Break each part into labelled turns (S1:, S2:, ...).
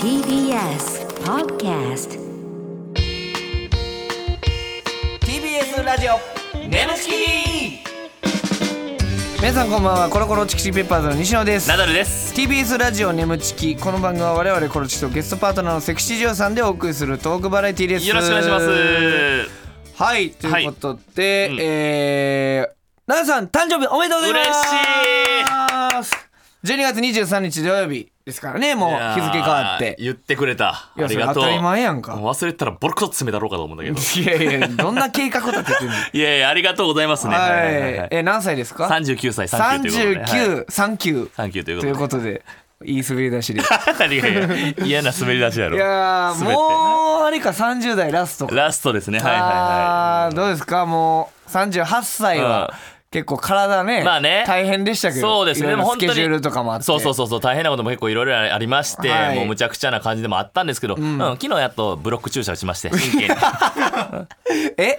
S1: TBS Podcast
S2: TBS ラジオ
S3: ムチキ
S2: 皆さんこんばんはコロコロチキチキペッパーズの西野です
S3: ナダルです。
S2: TBS ラジオネムチキこの番組は我々コロチキとゲストパートナーのセクシージョーさんでお送りするトークバラエティです
S3: よろしくお願いします。
S2: はいということで、
S3: いうん
S2: えーナダルさん誕生日おめでとうございます嬉しい12月23日土曜日ですからねもう
S3: いやー
S2: 日付変わって
S3: 言ってくれた。
S2: いや
S3: ありが
S2: そ
S3: と。
S2: うれ当たり前やんか
S3: もう忘れてたらボロクソ詰めだろうかと思うんだけど。
S2: いやいやどんな計画を立ててんの
S3: いやいや、ありがとうございますね。
S2: はい
S3: はいはいはい
S2: えー何歳ですか
S3: 39歳、39ということで。はい
S2: 39、三九
S3: 39ということ
S2: い
S3: とで
S2: う。ことで、いい滑り出し で。
S3: 何がいや嫌な滑り出しやろ。
S2: いやー
S3: 滑って
S2: もうあれか30代ラストか。
S3: ラストですね。はいはい
S2: あ
S3: は
S2: ーどうですかもう38歳は
S3: うん
S2: 結構体ね,、
S3: まあね
S2: 大変でした
S3: い。
S2: けど
S3: そうですね。
S2: いろい
S3: で
S2: ろ
S3: も
S2: ス
S3: 本当
S2: ケ
S3: に。
S2: ジュールとかもあって
S3: そうそうそうそう。大変なことも結構いろいろありまして、
S2: はい
S3: もうむちゃくちゃな感じでもあったんですけど、うん、昨日やっとブロック注射をしまして、神経に。
S2: え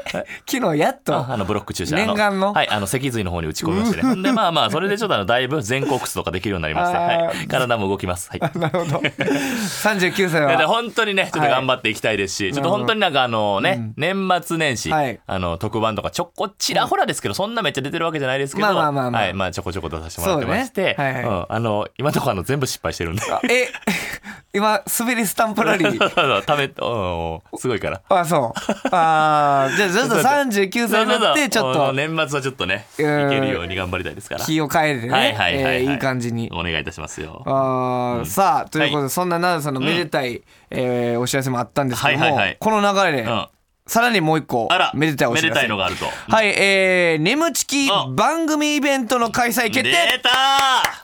S2: 昨日やっと
S3: ああのブロック注射
S2: 念願の
S3: はいあの脊髄の方に打ち込みま してねほんでまあまあそれでちょっとあのだいぶ前後屈とかできるようになりまして、
S2: あー
S3: はい、体も動きますはい
S2: なるほ ど39歳
S3: で
S2: は
S3: 本当にねちょっと頑張っていきたいですし、ちょっと本当になんかあのね、年末年始、
S2: はい
S3: あの特番とかちょこちらほらですけど、そんなめっちゃ出てるわけじゃないですけ
S2: まあ
S3: ど
S2: まあまあまあ
S3: はいまあ、ちょこちょこ出させてもらってまして
S2: そうねはいはい
S3: うんあの今のところあの全部失敗してるんでそう
S2: え 今滑りスタンプラリ ー
S3: そう ためうんすごいから。
S2: あそうあーじゃあずっと39歳になってちょっ
S3: そうそうそう
S2: と
S3: あの年末はちょっとねいけ
S2: うん
S3: るように頑張りたいですから
S2: 気を変えてね、
S3: はいはいはいはい
S2: えーいい感じに
S3: お願いいたしますよ
S2: あーさあということで、
S3: はい
S2: そんな奈良さんのめでたい、えーお知らせもあったんですけども、
S3: はいはいはい
S2: この流れで、
S3: うん
S2: さらにもう一個
S3: あら、
S2: めでたいお知らせ
S3: めでたいのがあると。
S2: はいえー「眠ちき
S3: あ
S2: 番組イベント」の開催決定
S3: 出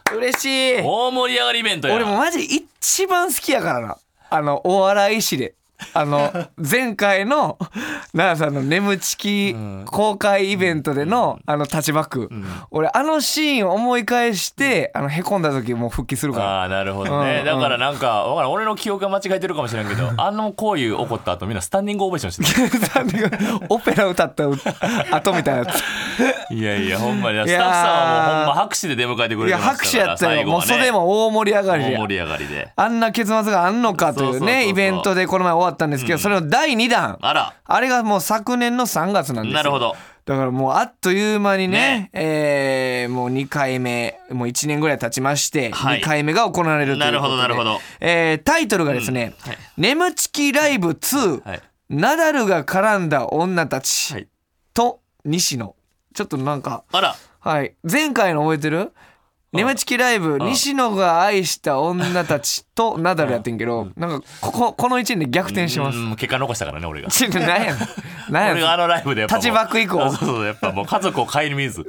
S3: た
S2: 嬉しい
S3: ー大盛り上がりイベントや。
S2: 俺もマジ一番好きやからなあのお笑い師であ の前回の奈良さんの「眠ちき」公開イベントでのあのタッチバック、俺あのシーン思い返してあのへこんだ時もう復帰するから
S3: ああ、なるほどね。
S2: うん
S3: だからなんか、わからん。俺の記憶が間違えてるかもしれんけど、あの行為起こった後、みんなスタンディングオベーション して
S2: オペラ歌った後みたいなやつ。
S3: た。いやいや、ほんまに。ス
S2: い
S3: タッフ
S2: やー
S3: さんはもうほんま拍手で出迎えてく
S2: い
S3: れて
S2: や、
S3: ま
S2: 拍
S3: し
S2: 手
S3: たか
S2: や
S3: ら。
S2: った
S3: 最
S2: よ。
S3: 後
S2: もう
S3: はね
S2: 袖も大盛り上がり
S3: 大
S2: で
S3: 盛。り上がりで。
S2: あんな結末があんのかとい
S3: そう
S2: う
S3: そうそうそう
S2: ね、イベントでこの前終わったんですけど、それの第2弾。
S3: あら、
S2: あれがもう昨年の3月なんですよ。
S3: なるほど。
S2: だからもうあっという間にね、えーもう2回目、もう1年ぐらい経ちまして、
S3: はい
S2: 2回目が行われるということで。
S3: なるほどなるほど
S2: えータイトルがですね、
S3: うんはい
S2: 眠ちきライブ2、
S3: はい
S2: ナダルが絡んだ女たち、
S3: はい
S2: と西野。ちょっとなんか、
S3: あら、
S2: はい。前回の覚えてる眠ちきライブ、
S3: ん
S2: 西野が愛した女たちとナダルやってんけど、なんか、ここ、この一年で逆転してます
S3: う。ん結果残したからね、俺が。
S2: ち ょっと何やねん。何や
S3: 俺
S2: ね
S3: があ
S2: ん。
S3: のライブでやっぱもう
S2: タッチバック以降
S3: あ そうそうやっぱもう家族を顧みず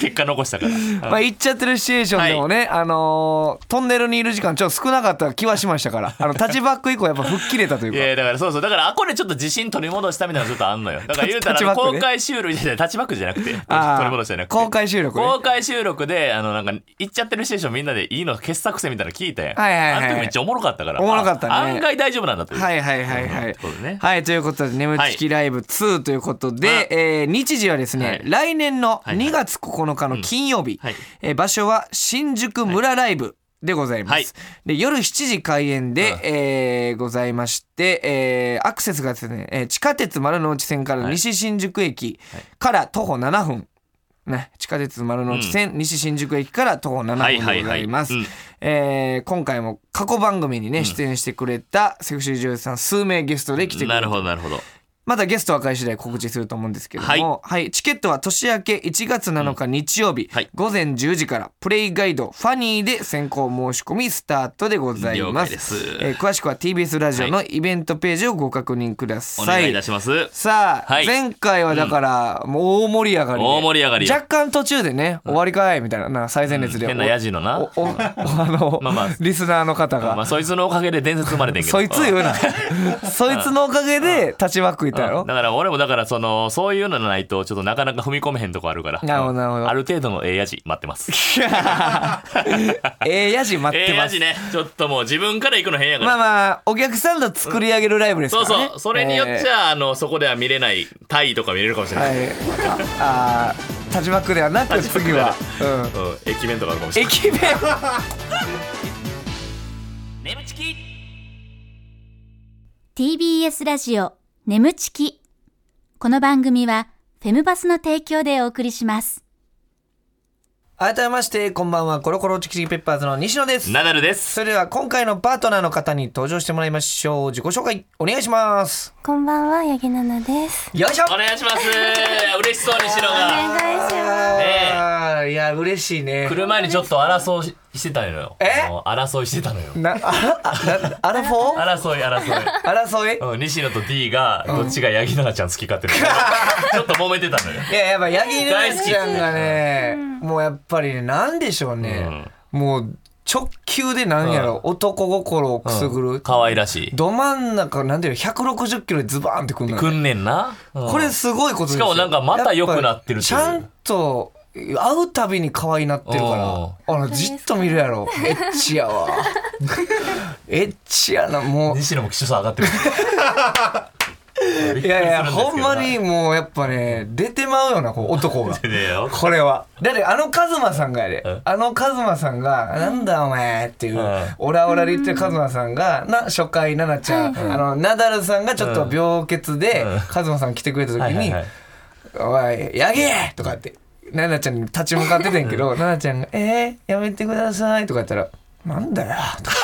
S3: 結果残したから
S2: まあ、言っちゃってるシチュエーションでもね、あのートンネルにいる時間ちょっと少なかった気はしましたから、あの、タッチバック以降やっぱ吹っ切れたという
S3: い
S2: か。
S3: やだからそうそうだからあこれちょっと自信取り戻したみたいなのちょっとあんのよだから言うたら
S2: タッチバックね
S3: 公開収録じゃないタッチバックじゃなくて取り
S2: あー
S3: 戻したじゃなくて
S2: 公開収録ね
S3: 公開収録であのなんか行っちゃってるシチュエーションみんなでいいの傑作戦みたいなの聞いたやん
S2: はいはいはい
S3: あの時めっちゃおもろかったから
S2: おもろかったね
S3: あ案外大丈夫なんだという
S2: はいはいはいはい。
S3: うんってことでね
S2: はい、ということで、眠ちきライブ2ということで、
S3: はい
S2: えー日時はですね、
S3: はい
S2: 来年の
S3: はいはい
S2: 2月9日の金曜日、
S3: はい
S2: えー場所は新宿村ライブ。でございます、
S3: はい
S2: で夜7時開演で、
S3: うん
S2: えーございまして、えーアクセスがですね、えー地下鉄丸の内線から
S3: はい
S2: 西新宿駅
S3: はい
S2: から徒歩7分、ね、地下鉄丸の内線、西新宿駅から徒歩7
S3: はい
S2: 分
S3: は
S2: で
S3: い
S2: ご
S3: は
S2: ざ
S3: い
S2: います
S3: うん
S2: えー今回も過去番組にね、出演してくれたセクシー女優さん数名ゲストで来てく
S3: な
S2: れ
S3: る
S2: た
S3: ほどなるほど
S2: またゲストは開始で告知すると思うんですけども、はいチケットは年明け1月7日日曜日、
S3: はい
S2: 午前10時からプレイガイドファニーで先行申し込みスタートでござい
S3: 了
S2: ま
S3: 解
S2: す
S3: です
S2: えー詳しくは TBS ラジオのイベントページをご確認くだ
S3: お
S2: さい、
S3: 願いいたします
S2: さあ、
S3: はい
S2: 前回はだから、もう大盛り上がりで
S3: 大盛り上がりよ
S2: 若干途中でね終わりかいみたいななんか最前列で、
S3: 変なヤジのな
S2: おおおあの、
S3: まあまあ
S2: リスナーの方
S3: ま
S2: が、
S3: あそいつのおかげで伝説生まれてんけど
S2: そいつ言う なそいつのおかげで立ちまくいたやろ
S3: だから俺もだからそのそういうのないとちょっとなかなか踏み込めへんとこあるから
S2: なるほどなるほど
S3: ある程度のええやじ待ってます
S2: ええやじ待っ
S3: ええ
S2: てま
S3: や
S2: す、
S3: じねちょっともう自分から行くの変やから、
S2: まあまあお客さんと作り上げるライブですか
S3: そう
S2: らね
S3: そうそれによっち
S2: ゃ、
S3: ゃ、あのそこでは見れないタイとか見れるかも
S2: え
S3: しれない、
S2: ーはいああー立ちまくではなく次は、うん、
S3: うん、駅弁とかあるかもしれない
S2: 駅弁
S3: ネムチキ
S4: TBS ラジオ眠ちきこの番組はフェムバスの提供でお送りします
S2: 改めましてこんばんはコロコロチキチキペッパーズの西野です
S3: ナダルです
S2: それでは今回のパートナーの方に登場してもらいましょう自己紹介お願いします
S5: こんばんは、ヤギナナです。
S2: よいしょ
S3: お願いしま す嬉しそうにしろ
S5: お
S3: が
S5: 願いしま
S2: あーいや嬉しいね
S3: 来る前にちょっと争いしてたのよ
S2: え
S3: あの争いしてたのよ
S2: なああなアラフォー
S3: 争い争い
S2: 争い
S3: うん、西野と D がどっちがヤギナナちゃん好きかっていうのがちょっと揉めてたのよ
S2: いややっぱヤギルナちゃんがねもうやっぱりねなんでしょうね、もう直球でなんやろ、男心をくすぐる、
S3: 可愛らしい
S2: ど真ん中なんていうの160キロでズバーンってくんのよ
S3: くんねんな、うん
S2: これすごいことですよ
S3: しかもなんかまた良くなってるってい
S2: ち
S3: う
S2: ゃんと会うたびに可愛いなってるからあらじっと見るやろエッチやわエッチやなもう
S3: 西野も気象さ上が ってる
S2: いやいやほんまにもうやっぱね出てまうよなこう男が
S3: ねえよ
S2: これはだってあのカズマさんがや
S3: ん
S2: であのカズマさんが「なんだお前」っていう
S3: うん
S2: オラオラで言ってるカズマさんがな初回奈々ちゃんあのナダルさんがちょっと病欠で
S3: うん
S2: カズマさん来てくれた時
S3: はいはい
S2: に
S3: はい
S2: おい、やげえとかって、奈々ちゃんに立ち向かってたんやけど、奈々ちゃんが、えー、やめてくださいとか言ったら、なんだよ、とか。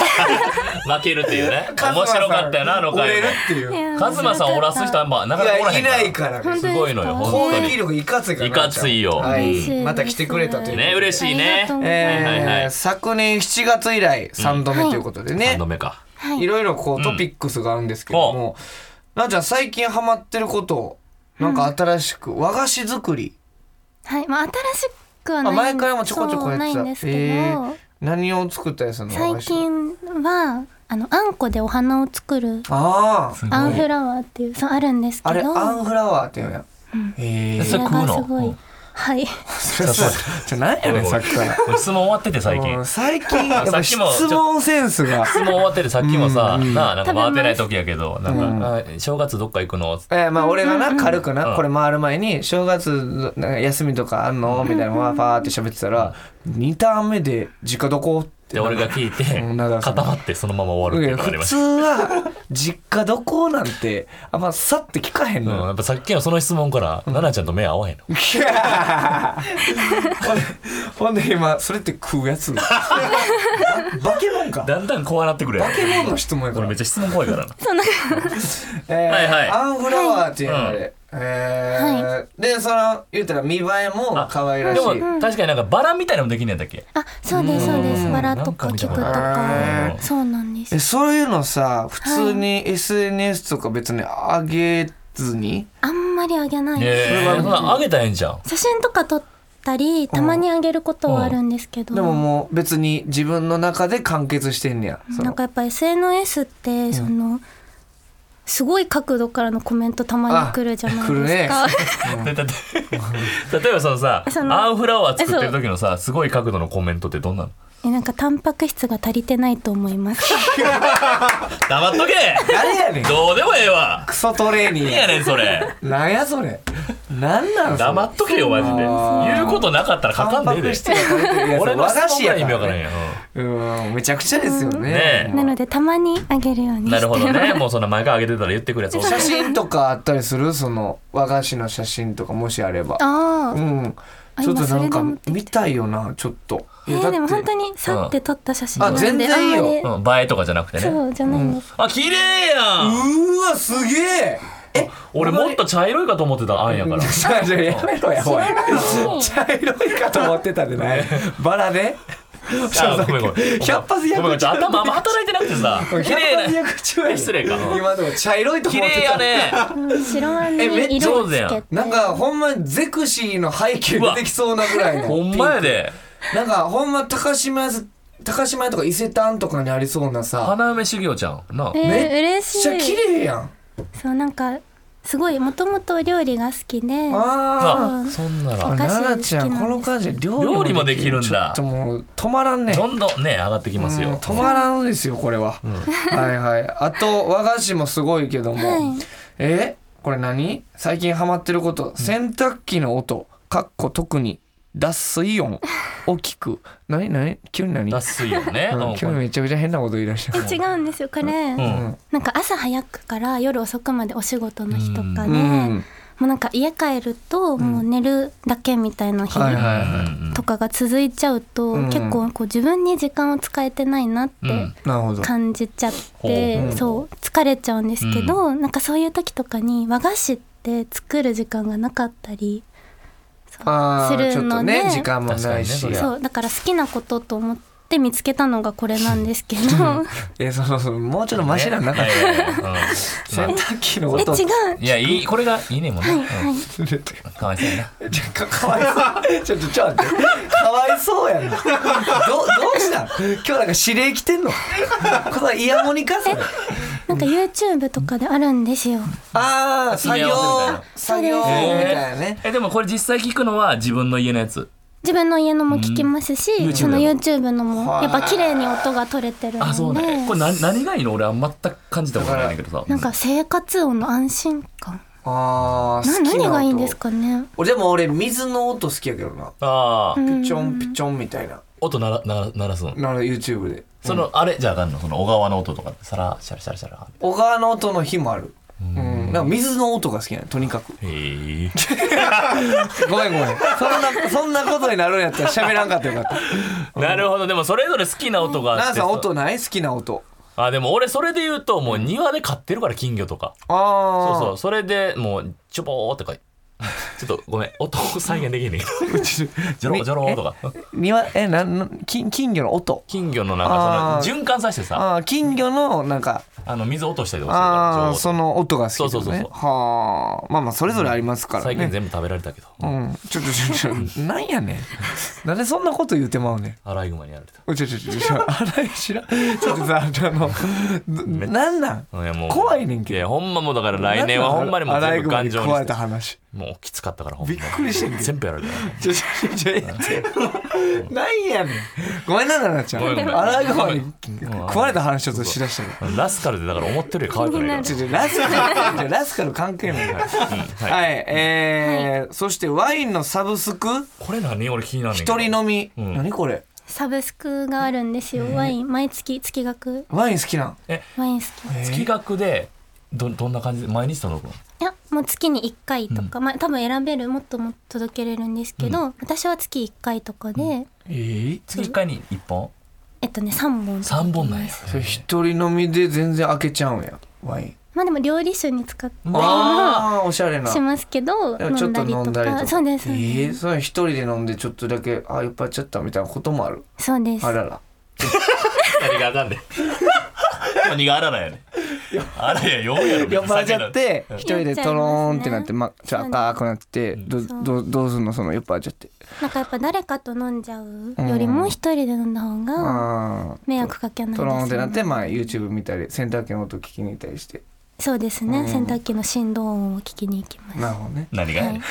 S3: 負けるっていうね面白かったよなあの
S2: 折れる
S3: 回も
S2: っていう。い
S5: す。
S3: カズマさんおらす人はまあなかなかおら
S2: や、
S3: へ
S2: い
S3: んから
S2: ないから。
S5: 本当
S3: すごいのよ
S5: ですか
S2: 攻
S3: 本当に
S2: 撃力いかついから。
S3: いかついよ
S2: 奈々ちゃん
S5: 嬉
S2: はい。
S5: しいです
S2: また来てくれたという。
S3: ね嬉しいね
S5: ありがとうございます
S3: はいはいは
S2: えー
S3: い
S2: 昨年7月以来3度目ということでね
S3: 何度、目か
S2: いろいろこうトピックスがあるんですけども、奈々ちゃん最近ハマってること、なんか新しく、和菓子作り。
S5: はい、まあ新しくは
S2: あ
S5: ないん。
S2: 前からもちょこちょこやって
S5: そう
S2: た
S5: ないんですけど、
S2: えー何を作ったやつなの
S5: 最近はあのあんこでお花を作る
S2: ああ
S5: アンフラワーっていうそうあるんですけど、
S2: あれアンフラワーっていうのやええ
S3: それ食う
S5: がす
S3: の
S5: ごい、
S3: うん
S5: はい。
S2: それさちょ何やねんさっきから
S3: これ質問終わってて最近
S2: うん最近やっ
S3: さ
S2: ぱ
S3: っき
S2: 質
S3: もちょ
S2: 問センス が
S3: 質問終わっててさっきもさ、なあなんか
S5: 食べ
S3: 回
S5: ます
S3: ってない時やけどなんか、あ正月どっか行くの
S2: えーまあ俺がな軽く
S3: うん
S2: なこれ回る前に正月のなんか休みとかあんのみたいなのわパーって喋ってたら2ターン目で実家どこって
S3: で俺が聞いて
S2: うんだからその
S3: 固まってそのまま終わる
S2: い
S3: ってい
S2: や
S3: うのがあ
S2: 普
S3: りまし
S2: 通
S3: た、
S2: は実家どこなんてあんまさって聞かへん
S3: うん、
S2: のよ
S3: やっぱさっきのその質問から奈々ちゃんと目合わへんの
S2: いやーほんでほんで今それって食うや つば化け物か
S3: だんだん怖なってくれ
S2: 化け物の質問やか
S3: 俺
S2: ら
S3: めっちゃ質問怖いからな
S2: えー
S3: はいはい
S2: アンフラワーっていうのあれ、えーでその言うたら見栄えも可愛らしい
S3: でも確かになんかバラみたいなのもできんねんだっけ
S5: あ、そうですそうです。バラとか
S3: なんか見た
S5: 菊
S3: ことと
S2: あ
S5: か
S3: る、
S5: そうなんです
S2: え。そういうのさ普通に SNS とか別に上げずに、
S5: あんまりあげないです。
S3: ええそんなんあげたらええんじゃん
S5: 写真とか撮ったりたまにあげることはあるんですけど、
S2: でももう別に自分の中で完結してんねや、その
S5: なんかやっぱ SNS ってその、すごい角度からのコメントたまに来るじゃないです
S2: あ
S5: か。
S3: でた 例えばそのさ
S5: その
S3: アンフラワー作ってる時のさすごい角度のコメントってどんなの
S5: えなんかタンパク質が足りてないと思います。
S3: 黙っとけ
S2: 誰やねん
S3: どうでもええわ
S2: クソトレーニング
S3: いいやねんそれ
S2: なんやそれなんなんそれ
S3: 黙っとけよマジで
S2: あー
S3: 言うことなかったら書かんでええで
S2: で
S3: 俺の
S2: 和菓
S3: 質
S2: 子
S3: 問ぐら
S2: や
S3: い意味わか
S2: からら
S3: ん
S2: ね
S3: やん
S2: うんめちゃくちゃですよね,、
S3: ねえ
S5: なのでたまにあげるようにして
S3: なるほどねもうそんな前から上げてたら言ってくれやつ
S2: 写真とかあったりするその和菓子の写真とかもしあれば
S5: あ
S2: う
S5: あ、
S2: ん
S5: あ
S2: ちょっと
S5: 今そ
S2: なん
S5: れで
S2: か
S5: 持ってきた
S2: 見たいよなちょっとい
S5: え
S2: や
S5: ー
S2: だって
S5: でも本当にさって撮った写真
S2: あ
S5: なんで、
S2: 全然いいよ
S5: あんま
S3: うん、映えとかじゃなくて
S5: り
S3: ね
S5: そうじゃないんです。
S3: あ綺麗やん
S2: うーわすげええ
S3: 俺もっと茶色いかと思ってたあん やから
S2: じゃあじゃあやめろやおい茶色いかと思ってたでないバラで
S3: あごめんごめん
S2: 百発百中
S3: ごめんちょっと頭あんま働いてなくてさ綺麗な
S2: な
S3: 失礼か
S2: 今でも茶色いと
S3: 綺
S2: 思ってた
S3: 麗やね
S5: 白あん
S2: えめっ
S5: に
S2: ちゃ
S5: 色を
S3: 上
S5: つ
S3: 手やん
S5: けて。
S2: なんかほんまゼクシーの背景出てきそうなぐらいの
S3: ほんまやで
S2: なんかほんま高島屋す高島屋とか伊勢丹とかにありそうなさ
S3: 花梅修行ちゃんな
S5: えー
S2: めっ
S5: 嬉
S2: めっちゃ
S5: し
S2: 綺
S5: い。
S2: 麗やん
S5: そうなんかすごいもともと料理が好きで、
S2: あ
S3: あそんな
S2: あ
S5: お
S3: ら
S5: 菓子
S2: 奈々ちゃ
S5: 好
S2: ん
S5: きなんです
S2: この感じで料
S3: 料理もできるんだ
S2: ちょっともう止まらんね
S3: どんどんね上がってきます
S2: うん
S3: よ
S2: 止まらんですよこれは、はいはいあと和菓子もすごいけども、
S5: はい
S2: えこれ何最近ハマってること洗濯機の音かっこ特に脱水音を聞く。何何急に何
S3: 脱水よね。
S2: う
S3: うんん
S2: 急にめちゃくちゃ変なこと言い出した。
S5: 違うんですよこれ、
S3: うん
S5: なんか朝早くから夜遅くまでお仕事の日とか
S2: う
S5: で、
S2: ん
S5: もうなんか家帰るともう寝るだけみたいな日
S2: はいはい
S5: とかが続いちゃうと、
S2: うん
S5: 結構こう自分に時間を使えてないなっ
S3: うんう
S5: て
S3: ん
S2: なるほど。
S5: 感じちゃって、
S3: うん
S2: ほう
S5: そう疲れちゃうんですけど、なんかそういう時とかに和菓子って作る時間がなかったり
S2: ああ
S5: するので
S2: ちょっとね時間も
S3: 確か
S2: な
S3: に
S2: い
S3: ね
S2: し
S3: そ。れは
S5: そうだから好きなことと思って見つけたのがこれなんですけど
S2: えそうそうそうもうちょっとマシなんなかっ
S3: い
S2: た。
S3: やいやいやうんま
S2: 洗濯機の
S5: え違
S2: 音。
S5: う
S3: あいやいいこれがいいねんもんね。うんかわいそうやな。
S2: ちょかかわいそう。ちょっとちょっと待って。かわいそうやな。どどうしたん？今日なんか指令来てんの？これイヤモニかそれ。
S5: なんか YouTube とかであるんですよ
S2: ああ作業
S3: 組み合わせみたいな
S2: 作業み
S5: そうです
S2: たいなね。
S3: えでもこれ実際聞くのは自分の家のやつ。
S5: 自分の家のも聞きますし、
S3: うん
S5: その
S3: YouTube
S5: YouTube のもやっぱ綺麗に音が取れてる
S3: あそう
S5: ので、
S3: ね。これな何がいいの俺は全く感じたことないんだけどさ。
S5: なんか生活音の安心感
S2: ああ
S5: な何がいいんです。かね
S2: 俺でも俺水の音好きやけどな。
S3: ああ
S2: ピチョンピチョンみたいな。
S3: 音ならなら鳴らすの。
S2: なの YouTube で。
S3: そのあれじゃあかんのその小川の音とかさらシャラシャラシャラ。
S2: 小川の音の日もある。うん、なんか水の音が好きなのとにかく
S3: へえ。
S2: ごめんごめんそんなそんなことになるんやったら喋らんかったよかった
S3: なるほどでもそれぞれ好きな音があっ
S2: 奈
S3: て
S2: 々さん音ない好きな音
S3: あでも俺それで言うともう庭で飼ってるから金魚とか
S2: あ
S3: そう
S2: あ
S3: そうそれでもうちょぼーってか ちょっとごめん音を再現できんねんけ どジョロジョローとか
S2: 庭えなんなん金金魚の音
S3: 金魚のなんか
S2: あ
S3: その循環させてさ
S2: ああ金魚のなんか
S3: あの水落としたりとかするから
S2: ああ
S3: ジョローとか
S2: その音が好きだ
S3: そうそうそう
S2: ね
S3: そう
S2: はあまあまあそれぞれありますから
S3: 最近
S2: ね
S3: 全部食べられたけど、
S2: うんちょちょちょちょなんやねんなんでそんなこと言うてまうねん
S3: アライグマにやられた
S2: ちょちょちょちょちょあら知らんちょっとさあのどなんなん
S3: いやもう
S2: 怖いねんけど
S3: いやほんまもうだから来年はほんまにもう全部
S2: アライ
S3: 頑
S2: グマ
S3: 丈
S2: に食
S3: に
S2: わ
S3: し
S2: れ
S3: て
S2: た話
S3: もうきつかったからほんまに
S2: びっくりしてんけど
S3: 全部やられた
S2: ちょちょちょちょなんやねんごめんな奈々ちゃ
S3: ごめんごめん
S2: んアライグマ
S3: ごめ
S2: に
S3: ん
S2: 食われた話ちょっとしだしたの
S3: ラスカルでだから思ってるより可愛くない
S2: ち
S3: か
S2: ょちょラスカルちょラスカル関係ないから
S3: ら、うんはい
S2: はい、えーそしてワインのサブスク
S3: これ何俺気になるねんけど
S2: 一人飲み、
S3: うん
S2: 何これ
S5: サブスクがあるんですよ、ワイン毎月月額
S2: ワイン好きなん
S5: ワイン好き、
S3: 月額でどどんな感じで毎日届くの
S5: いやもう月に1回とか、まあ、多分選べるもっとも届けれるんですけど、私は月1回とかで、
S2: えー、
S3: 月1回に1本
S5: えっとね3本
S3: 3本なんや
S2: それ一人飲みで全然開けちゃうんやワイン
S5: まあでも料理酒に使ったりも
S2: ああおしゃれな
S5: しますけど
S2: でもちょ
S5: 飲ん
S2: っ
S5: だ
S2: と
S5: り
S2: 飲
S5: と
S2: んだりと
S5: か
S2: か
S5: そうです、
S2: えー、それ一人で飲んでちょっとだけああ酔っ払っちゃったみたいなこともある
S5: そうです
S2: あらら
S3: 何があかんで何があららやねあらやようやろ
S2: 酔っ払っちゃって一人でトローンってなって、まあ、ちょっと赤くなってど
S5: そう
S2: どどうすんのその酔っ払っちゃって
S5: なんかやっぱ誰かと飲んじゃうよりも一人で飲んだ方が
S2: あ
S5: 迷惑かけな
S2: あ
S5: いです
S2: ト
S5: よ
S2: ロ
S5: ね
S2: ーンってなって、まあ、YouTube 見たり洗濯機の音聞きに行ったりして
S5: そうですね、洗濯機の振動音を聞きに行きます
S2: なるほどね
S3: 何がやねん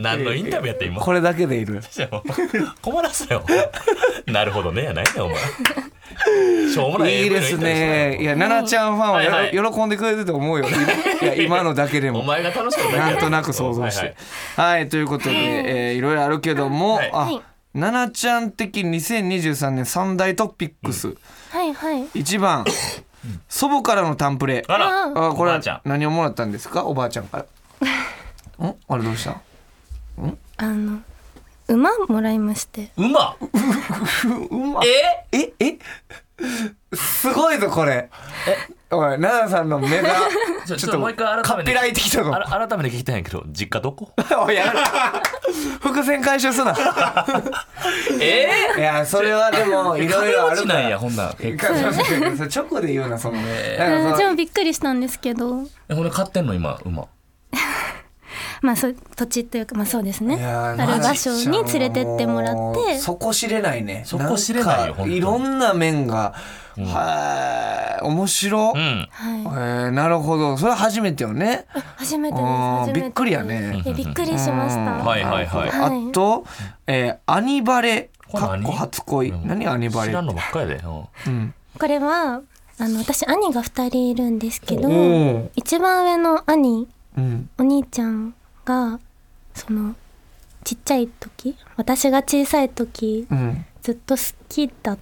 S3: 何のインタビューやって今
S2: これだけでいる
S3: じゃあもう 困らすなよなるほどねやないねんお前しょうもない
S2: いいですねいや奈々ちゃんファンはよろ、
S3: はいは
S2: 喜んでくれてると思うよい や今のだけで
S3: お
S2: も
S3: 前が楽しかった
S2: なんとなく想像してはい、ということで、えーいろいろあるけども、
S3: はい
S2: あ、
S5: はい
S2: 奈々ちゃん的2023年三大トピックス、
S5: はいはい
S2: 1番祖母からのタンプレ
S3: あら
S5: あ
S2: あこれ
S3: おばあちゃん
S2: は何をもらったんですかおばあちゃんからんあれどうした
S5: あの馬もらいまして
S3: うまっ
S2: うま
S3: え
S2: ええすごいぞこれおい奈々さんの目が
S3: ちょちょっともう一回
S2: か
S3: 改
S2: っ
S3: め
S2: ぴ
S3: て
S2: らいてきたぞ
S3: あら改めて聞きたいんやけど実家どこ
S2: おいやめろ伏線回収すな
S3: ええ
S2: いやそれはでもいろいろある
S3: 金持ち
S2: か
S3: なん
S2: ら
S3: やほんならえ
S2: 直で言うなそのなんか
S5: 私
S2: そ
S5: も
S2: の
S5: びっくりしたんですけど
S3: ほんで買ってんの今馬
S5: まあそう土地というかまあそうですね
S2: いや
S5: あ
S2: ー
S5: る場所に連れてってもら
S2: も
S5: っ
S2: う
S5: て
S2: そこ知れないね
S3: そこ知れないよ
S2: んか
S3: 本当に
S2: いろんな面が、はい面白、
S3: う
S2: え
S3: ん
S5: はい
S2: ーなるほどそれは初めてよね
S5: 初めてです
S2: あー
S5: 初めてです
S2: びっくりやね
S5: えびっくりしまし
S2: う
S5: た
S2: ん
S3: はいはいはい
S5: はい
S2: あと、えーアニバレ
S3: これ
S2: かっ
S3: 何
S2: こ初恋何アニバレっ
S3: 知
S2: て
S3: らんのばっかりでうん
S2: うん
S5: これはあの私兄が2人いるんですけど
S2: おー
S5: 一番上の兄
S2: うん
S5: お兄ちゃんがそのちっちゃい時私が小さい時
S2: うん
S5: ずっと好きだっ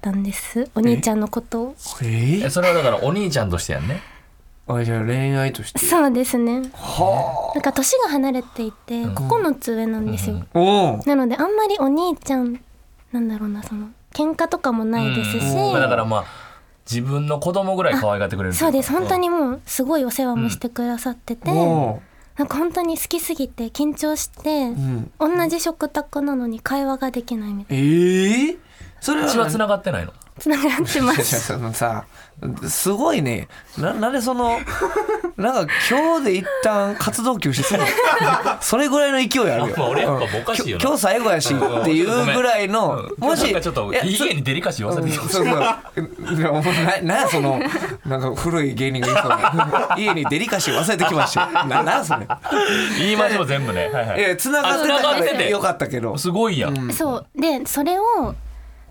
S5: たんですお兄ちゃんのことを
S2: えー
S3: え、それはだからお兄ちゃんとしてやんね。
S2: あじゃあ恋愛として
S5: そうですね
S2: は
S5: なんか年が離れていて9つ上なんですよ、
S2: あおお
S5: なのであんまりお兄ちゃんなんだろうなその喧嘩とかもないですし、
S3: うんまあだからまあ自分の子供ぐらい可愛がってくれる。
S5: そうです本当。にもうすごいお世話もしてくださってて、
S2: お
S5: なんか本当に好きすぎて緊張して、
S2: ーうん
S5: 同じ食卓なのに会話ができないみたい
S2: えーそれは
S3: 血は繋がってないの。
S5: なつながってま
S2: いや
S5: す
S2: そのさすごいねななんでその なんか今日で一旦活動休止する のそれぐらいの勢いあるよ、
S3: まあ俺やっぱ
S2: うん
S3: おかしいよな
S2: きょ今日最後やしっていうぐらいの
S3: うん
S2: もし
S3: なんかちょっと
S2: いや
S3: 家にデリカシー忘れて
S2: そう
S3: る
S2: そう。いやお前ななんやそのなんか古い芸人が言いそうな家にデリカシー忘れてきましたよななんやそれ
S3: 言いましょう全部ね。はいはい
S2: いや繋がって
S3: あ繋がって
S2: た
S3: て
S2: らよかったけど
S3: すごいやん。
S5: そうでそれを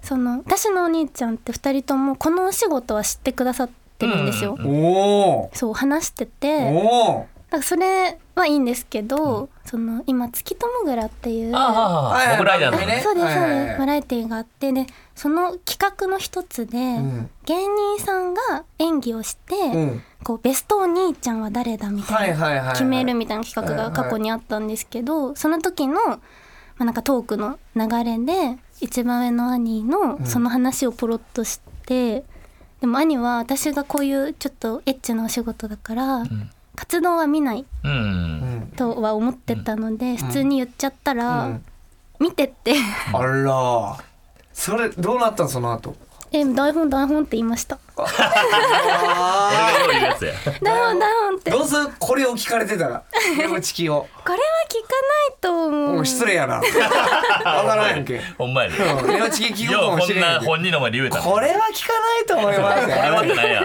S5: その私のお兄ちゃんって2人ともこのお仕事は知ってくださってるんですよ、
S2: おお
S5: そう話してて
S2: ー
S5: だか
S2: おお
S5: らそれはいいんですけど、その今月友蔵っていう
S3: あ
S2: はい
S3: あ、
S2: はい
S3: 僕らやんの
S2: ね
S3: ね。
S5: そうですそう
S2: はいはい
S5: で
S2: はい
S5: すバラエティーがあってでその企画の一つで、
S2: ん
S5: 芸人さんが演技をして、
S2: うん
S5: こうベストお兄ちゃんは誰だみ
S2: は
S5: た
S2: い
S5: いな
S2: はいはい
S5: 決めるみたいな企画が過去にあったんですけど、その時の、まあ、なんかトークの流れで一番上の兄のその話をポロッとして、でも兄は私がこういうちょっとエッチなお仕事だから、活動は見ない
S3: うん。
S5: とは思ってたので、普通に言っちゃったら、
S2: うん
S5: 見てって。
S2: あらそれどうなったんその後
S5: え台本台本って言いました
S3: 俺が用意やつや。
S5: 台本台本ってこれ
S2: ど
S5: は
S2: うするこれを聞かれてたらネムチキを
S5: 聞かないと思
S2: も
S5: う
S2: う失礼 やなわからんやんけ
S3: ほんまやで。
S2: うんネムチキ聞く
S3: よ
S2: か
S3: う
S2: も
S3: こ
S2: し
S3: ん
S2: れんや
S3: なん
S2: けど
S3: 本人の前で言えたの。
S2: これは聞かないと思います
S3: これはって
S2: よ
S3: ないや。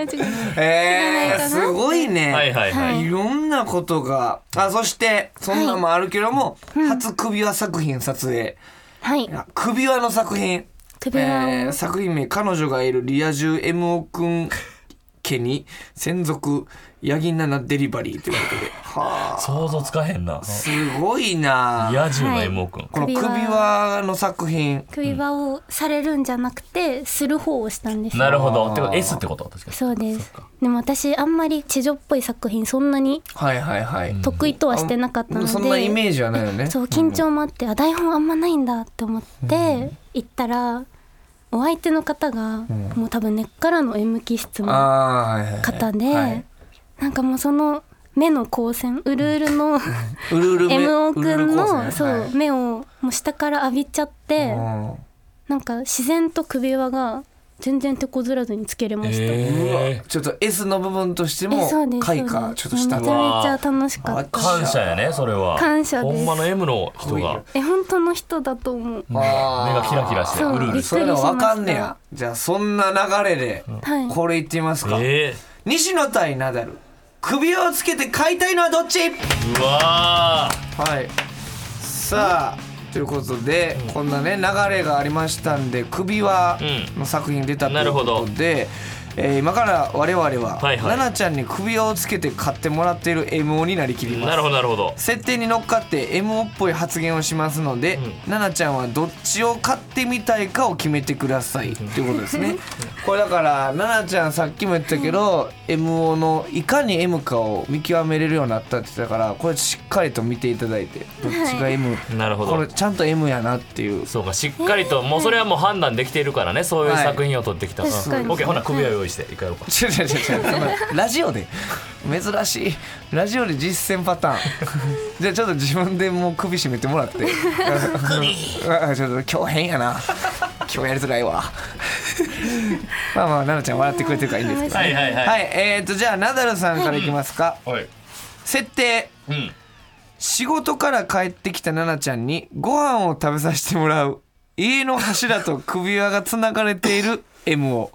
S5: 違う違う
S2: え
S5: 聞かないか
S2: ー、
S5: な
S2: すごいね
S3: はいはいはい。
S2: いろんなことがあそしてそんなんもあるけども、初首輪作品撮影
S5: はい
S2: あ首輪の作品
S5: 首輪を
S2: えー作品名「彼女がいるリア充 MO 君家に専属ヤギナナデリバリー」ということではあ
S3: 想像つかへんな。
S2: すごいな
S3: 野獣の MO 君。
S2: この首
S5: 首
S2: 輪の作品
S5: 首輪をされるんじゃなくてする方をしたんですよ
S3: なるほど。てか S ってこと確かに。
S5: そうですでも私あんまり地上っぽい作品そんなに
S2: はいはいはい、
S5: 得意とはしてなかったので、
S2: そんなイメージはないよね
S5: そう緊張もあって、あ台本あんまないんだって思って行ったらお相手の方が、もう多分根っからの M 気質の
S2: あーはいはいはい
S5: 方で、
S2: はい
S5: なんかもうその目の光線うるうるの
S2: うるうるめ
S5: MO
S2: うるうる
S5: 君
S2: コースね
S5: のそう、
S2: はい
S5: 目をもう下から浴びちゃって
S2: うん
S5: なんか自然と首輪が全然手こずらずにつけれました。え
S2: う
S3: え
S2: わちょっと S の部分としても
S5: そうです
S2: 開
S5: そう
S2: 花
S5: で
S2: ちょ
S5: す
S2: っとした
S5: め
S2: と
S5: ち
S2: こ
S5: ゃめちゃ楽しかっ
S2: わ
S5: た
S3: ー。感謝やねそれは。
S5: 感謝です
S3: ほんまの M の人が
S5: え本当の人だと思う。
S2: 目
S3: 目がキラキラして
S5: そう
S3: うるう
S5: び
S3: る
S5: っ
S3: し
S5: く
S2: そう
S5: り
S2: いうの分かんねやじゃあそんな流れで
S5: はい
S2: これいってみますか、
S3: え
S2: 西野対ナダル首輪をつけて買いたいのはどっち
S3: ーうわ
S2: はいさあということで、こんなね流れがありましたんで首輪の作品出たと
S3: ないる
S2: うこ
S3: ほど
S2: とで、えー今から我々は、
S3: はいはい
S2: ナナちゃんに首輪をつけて買ってもらっている MO になりきり
S3: ー
S2: ます
S3: なるほどなるほど
S2: 設定に乗っかって MO っぽい発言をしますので、ななちゃんはどっちを買ってみたいかを決めてくださいっていうことです ねこれだからななちゃんさっきも言ったけど MO のいかに M かを見極めれるようになったって言ってたからこれしっかりと見ていただいてどっちが M、
S3: なるほ
S2: これ
S3: ど
S2: ちゃんと M やなっていう
S3: そうかしっかりともうそれはもう判断できているからねそういう作品を撮ってきた、
S5: は
S3: う
S5: い
S3: ん
S5: 確かに
S3: オッケーほな首を用意して一回やろうか
S2: 違う違う違う違うラジオで珍しいラジオで実践パターンじゃあちょっと自分でもう首絞めてもらって首ちょっと今日変やな今日やりづらいわまあまあ奈々ちゃん笑ってくれてるからいいんですけど、ね、
S3: はいはいはい
S2: はいえー、とじゃあナダルさんからいきますか、
S3: はい
S2: 設定
S3: うん
S2: 仕事から帰ってきた奈々ちゃんにご飯を食べさせてもらう家の柱と首輪がつながれている M を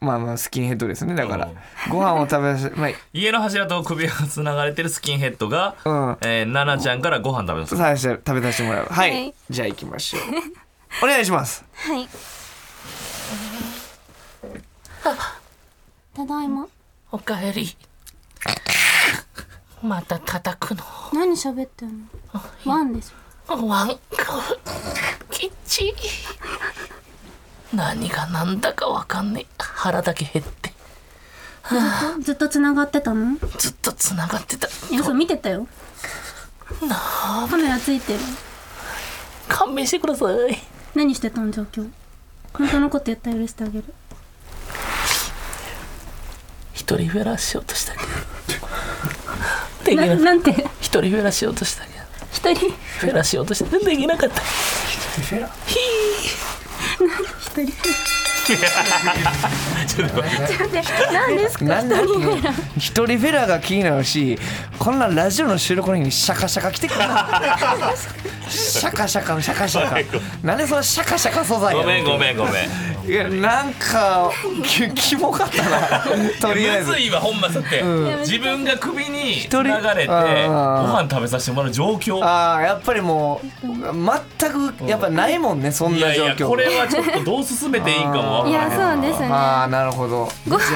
S2: まあまあスキンヘッドですねだから
S3: うん
S2: ご飯を食べさせ、まあ、
S3: 家の柱と首がつながれてるスキンヘッドが、
S2: うん
S3: えー、ナナちゃんからご飯食べ ます
S2: させて食べさせてもらうはい、
S5: はい
S2: じゃあ行きましょうお願いします
S5: はい。ただいま。
S6: おかえり。また叩くの。
S5: 何喋ってんの？ワンでしょ
S6: ワンコキッチ何が何だかわかんねえ腹だけ減って
S5: ずっとずっと繋がってたの
S6: ずっと繋がってた
S5: いやそう見てたよカメラついてる
S6: 勘弁してください
S5: 何してたんじゃあ今日本当のこと言ったら許してあげる
S6: 一人フェラしようとしたけどでき
S5: な
S6: なかった
S5: なんて
S6: 一人フェラしようとしたけど
S5: 一人
S6: フェラしようとしてできなかった
S5: 何ですか
S2: なんだ一人フェラが気になるしこんなラジオの収録の日にシャカシャカ来てくるなシャカシャカシャカシャカなんでそのシャカシャカ素材や
S3: ごめ
S2: ね
S3: んごめんごめん
S2: いやなんかき キモかったな とりあえ
S3: む
S2: ず
S3: ずいわ本間さんって自分が首に流
S2: 人
S3: れてご
S2: あー
S3: 飯食べさせてもらう状況
S2: ああやっぱりもう全くやっぱないもんねそん
S3: いや
S2: ない状
S3: や
S2: 況
S3: これはちょっとどう進めていいかもわか
S5: い
S3: ら
S5: や
S3: ない
S5: そうですね
S2: ああなるほどご飯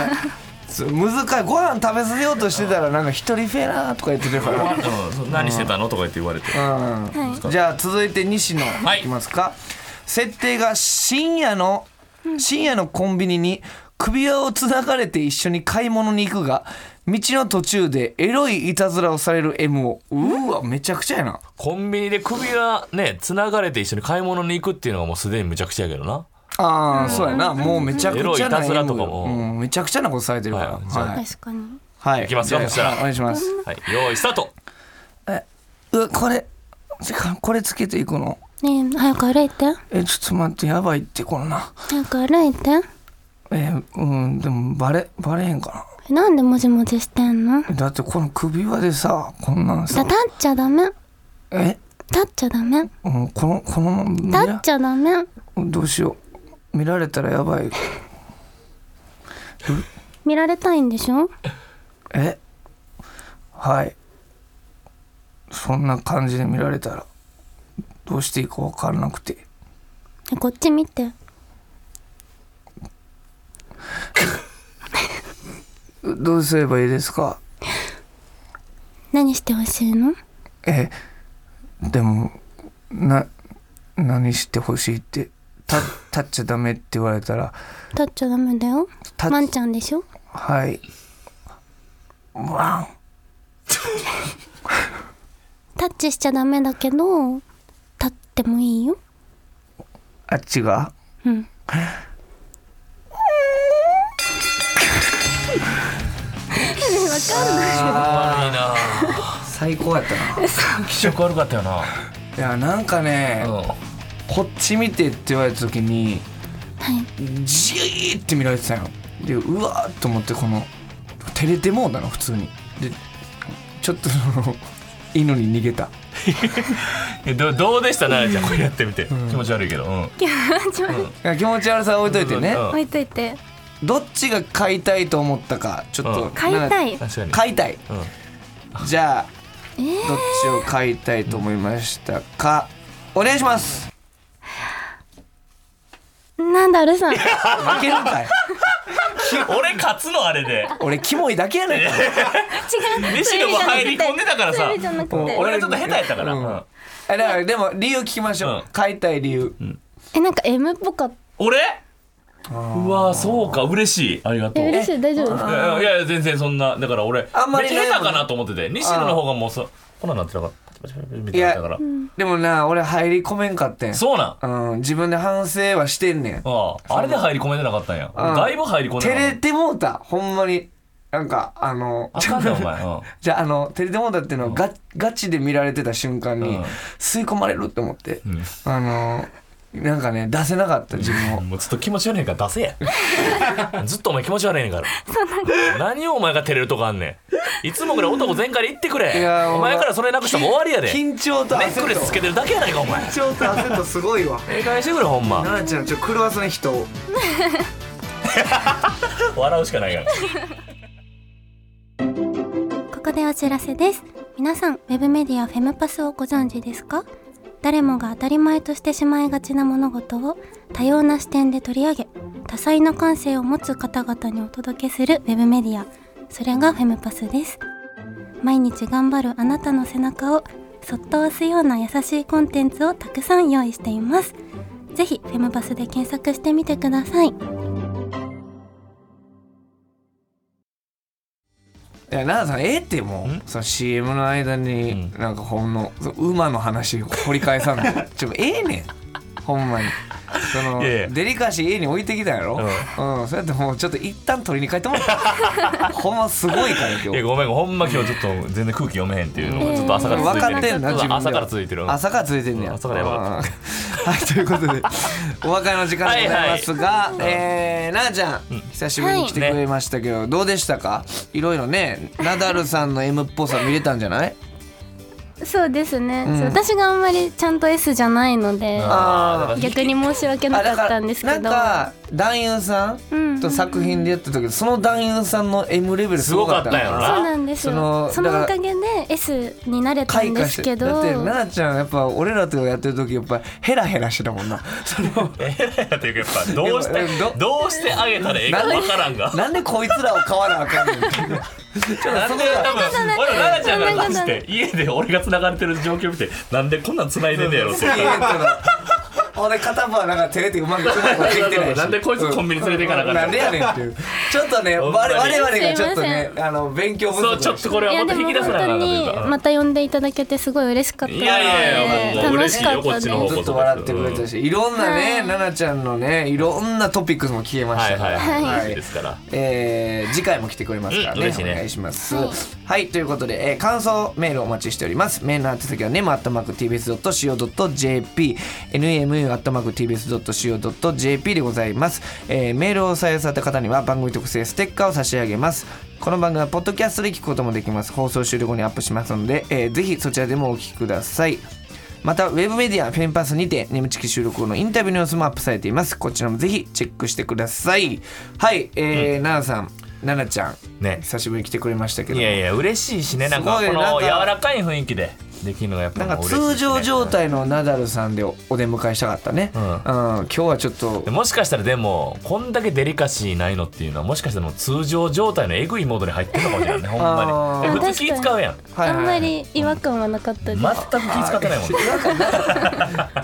S2: 難しいご飯食べさせようとしてたらなんか一人フェラーとか言ってるから
S3: うんそう何してたのとか言って言われて
S5: はい
S2: じゃあ続いて西野
S3: い
S2: いきますか、設定が深夜の深夜のコンビニに首輪をつながれて一緒に買い物に行くが道の途中でエロいいたずらをされる M をうーわめちゃくちゃやな
S3: コンビニで首がね繋がれて一緒に買い物に行くっていうのがもうすでにむちゃくちゃやけどな
S2: ああそうやなもうめちゃく
S3: エロい
S2: ち
S3: い
S2: ゃな
S3: たずら
S2: M
S3: とかも
S2: うんめちゃくちゃなことされてるから
S3: はいじゃあ
S2: はい
S5: 確かに
S2: はい
S3: いきますよ
S2: じゃあ
S3: そしたら
S2: はいお願いします
S3: はい用意スタート
S2: うわこれこれつけていくの
S5: ねえ早く歩いて
S2: えちょっと待ってやばいってこれな
S5: 早く歩いて
S2: えうんでもバレバレへんか
S5: なんでもじもじしてんの
S2: なだってこの首輪でさこんなん
S5: だ立っちゃダメ
S2: え
S5: 立っちゃダメ
S2: うんこのこのまま見
S5: 立っ
S2: ら
S5: ちゃダメ
S2: どうしよう見られたらやばい
S5: 見られたいんでしょ
S2: えはいそんな感じで見られたらどうしていいか分からなくて
S5: こっち見て
S2: どうすればいいですか
S5: 何してほしいの
S2: えでもな何してほしいってた立っちゃダメって言われたら
S5: 立っちゃダメだよ
S2: 立
S5: ワンちゃんでしょ
S2: はいワ
S5: タッチしちゃダメだけど立ってもいいよ
S2: ンあっちが
S5: うん
S3: 悪いな
S2: 最高やったない
S3: 気色悪かったよな
S2: やなんかね、
S3: うん
S2: こっち見てって言われた時に
S5: はい
S2: じーって見られてたよでうわーっと思ってこの照れてもうだな普通にでちょっとその 犬に逃げた
S3: えどどうでしたなじゃあこれやってみて気持ち悪いけどうん
S2: いや気持ち悪さは置いといてね、
S3: うん
S5: 置いといて
S2: どっちが買いたいと思ったかちょっと、
S3: うん
S5: 買いた
S2: い
S5: い
S3: 確かに
S2: 買いたい
S3: うん
S2: じゃあ、
S5: えー
S2: どっちを買いたいと思いましたかお願いし ます
S5: なんだルさん
S2: 負けるんかい
S3: 俺勝つのあれで
S2: 俺キモいだけや ねんか
S3: 西野も入り込んでたから
S5: そ
S3: さ
S5: れじゃなく
S2: うん
S5: て
S3: 俺がちょっと下手やったから、
S2: うん
S3: うん
S2: えだからでも理由聞きましょう、
S3: うん
S2: 買いたい理由、
S5: えなんか M っぽかっ
S3: 俺うわそうか嬉しいありがと
S5: た
S3: うい
S5: え
S3: や
S5: 嬉しい大丈夫です
S3: いやいや全然そんなだから俺
S2: あんまり
S3: めっちゃ下手かなと思ってて西野の方がもうさこんなんなってたからパチパチパチパチみたいになってたから
S2: でもな俺入り込めんかってん
S3: そうなんあ
S2: うん、自分で反省はしてんねん。
S3: ああれで入り込めてなかったんや
S2: ん
S3: だいぶ入り込んで
S2: 照
S3: なか
S2: れ
S3: った
S2: てもうた、ほんまに。なんか、あの、
S3: あかんねお前うん
S2: じゃあ、あの、照れてもうたっていうのはガ、ガチで見られてた瞬間に
S3: うん、
S2: 吸い込まれるって思って、
S3: ん
S2: あの、なんかね、出せなかった、自分を。
S3: もうずっと気持ち悪いねんから出せや ずっとお前気持ち悪いねんから何をお前が照れるとこあんねんいつもぐらい男全開で言ってくれ
S2: いや
S3: お前からそれなくしたらもう終わりやでネ
S2: 緊張と
S3: ッ
S2: 汗と。
S3: クレスつけてるだけやないかお前
S2: 緊張と汗とすごいわ。
S3: ええ加減してくれほんま
S2: 奈々ちゃん、ちょ、狂わせね、人を。
S3: 笑うしかないから
S5: ここでお知らせです。皆さん、ウェブメディアフェムパスをご存知ですか誰もが当たり前としてしまいがちな物事を多様な視点で取り上げ、多彩な感性を持つ方々にお届けするウェブメディア。それがフェムパスです。毎日頑張るあなたの背中をそっと押すような優しいコンテンツをたくさん用意していますぜひフェムバスで検索してみてください
S2: いや奈々さんええってもうその CM の間になんかほんのその馬の話掘り返さない ちょええねんほんまにその
S3: いやいや
S2: デリカシー家に置いてきたやろうん、そうやってもうちょっと一旦取りに帰ってもら ってほんますごいから今
S3: いや
S2: 日
S3: ごめんほんま今日ちょっと全然空気読めへんっていうのがずっと朝から続
S2: 分
S3: いて
S2: かってんな自分では
S3: 朝から続いてる
S2: 朝から続いてんねや
S3: 朝からやばか
S2: ったはいということでお別れの時間でございますが、えー、なあちゃん、久しぶりに来てくれましたけど、どうでしたかいろいろねナダルさんの M っぽさ見れたんじゃない
S5: そうですね、
S2: ん
S5: 私があんまりちゃんと S じゃないので
S2: あー
S5: 逆に申し訳なかったんですけ
S2: あだ
S5: ど
S2: からなんか男優さんと作品でやった時、その男優さんの M レベルすごかった
S3: すごかったよな
S5: そうなんですよ
S2: そ
S5: そ
S2: の
S5: の
S2: だ
S5: お
S2: から
S5: かげで S になれた
S2: 開
S5: んで
S2: 花し
S5: す
S2: て
S5: けど
S2: だって奈々ちゃんやっぱ俺らとやってる時やっぱヘラヘラしてたもんなその
S3: っていうかやっぱどうし
S2: いやど
S3: てどうしてあげたらええか
S2: なんで
S3: わからんが
S2: なんでこいつらを買わなあかんねんっていうちょっと
S3: な
S2: そ
S3: ん
S2: こ
S3: で多
S2: が
S3: 分俺奈々ちゃんが
S5: そ
S3: マジ
S5: んなことな
S3: で家で俺が繋がれてる状況見てなんでこんなん繋いでんねやろって
S2: スキーヘッドの俺片方はなんか照れてうまくうまくできてないし
S3: なんでこいつコンビニ連れて行かなあかんねん
S2: なんでやねんっていうちょっとね我
S3: ほんまに
S2: 我々がちょっと
S5: す
S2: ねあの勉強不足
S3: そう
S2: でし
S3: ち
S2: た
S3: ょっとこれ
S5: い
S3: は
S5: や
S3: ま
S5: で
S3: た引
S5: も
S3: き出
S5: 本
S3: さなあか
S5: 当
S3: んかった
S5: にまた呼んでいただけてすごい嬉しかったので
S3: いやいやいやもう
S5: 楽
S3: 嬉し
S5: し
S3: いよ
S5: かったです
S3: こっちの方こ
S2: ず
S3: そ
S2: っと笑ってくれたし、いろんなね、奈々ちゃんのね、いろんなトピックスも聞けまし
S3: はい
S2: たか
S3: はい
S2: ら、
S3: は
S2: はい
S3: いですから
S2: えー次回も来てくれますから
S3: うん
S2: ね、
S3: 嬉しいね
S2: お願いします。はい、ということで、えー感想メールお待ちしております。メールの宛先はね、マットマーク tbs.co.jp、nemu マットマーク tbs.co.jp でございます、えーメールを採用された方には番組特製ステッカーを差し上げます。この番組はポッドキャストで聞くこともできます。放送終了後にアップしますので、えーぜひそちらでもお聞きください。またウェブメディアフェンパスにて眠ちき収録後のインタビューの様子もアップされていますこちらもぜひチェックしてくださいはいえー奈々、さん奈々ちゃん、
S3: ね
S2: 久しぶりに来てくれましたけど
S3: いやいや嬉しいしねなんか
S2: すごい
S3: こ
S2: なん
S3: の
S2: か
S3: 柔らかい雰囲気でできるのがやっぱ
S2: なんか
S3: もう嬉しいですね
S2: 通常状態のナダルさんでおお出迎えしたかったね、う
S3: うんん
S2: 今日はちょっと
S3: でもしかしたらでもこんだけデリカシーないのっていうのはもしかしたらもう通常状態のエグいモードに入ってるのかもしれないねほんま
S2: あ
S3: に
S2: ー
S3: え普通気使うやん
S2: はいはい
S5: あんまり違和感はなかったです、
S3: 全く気使ってないもんね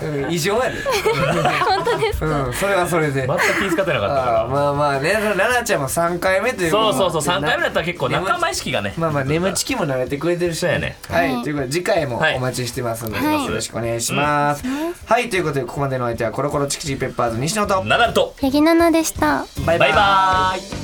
S2: うん異常やで本当ですか、うん、それはそれで
S3: 全く気使ってなかった
S2: あー
S3: か
S2: まあまあね奈々ちゃんも3回目とい
S3: ら
S2: うこと
S3: そ
S2: も
S3: うそうそう
S2: あっ
S3: 3
S2: て
S3: 回目だったら結構
S2: 眠
S3: 仲間意識がね
S2: まあまあ眠ちきも慣れてくれてるし
S3: そうやね
S2: はい、
S5: はい
S2: ということで次回も
S3: はい
S2: お待ちしてますので、
S5: はい
S2: よろしくお願いします、はい、ということでここまでのお相手はコロコロチキチキペッパーズ西野と
S3: ナダルと
S5: ヤギナナでした
S2: バイバ
S3: バイ
S2: イ
S3: バーイ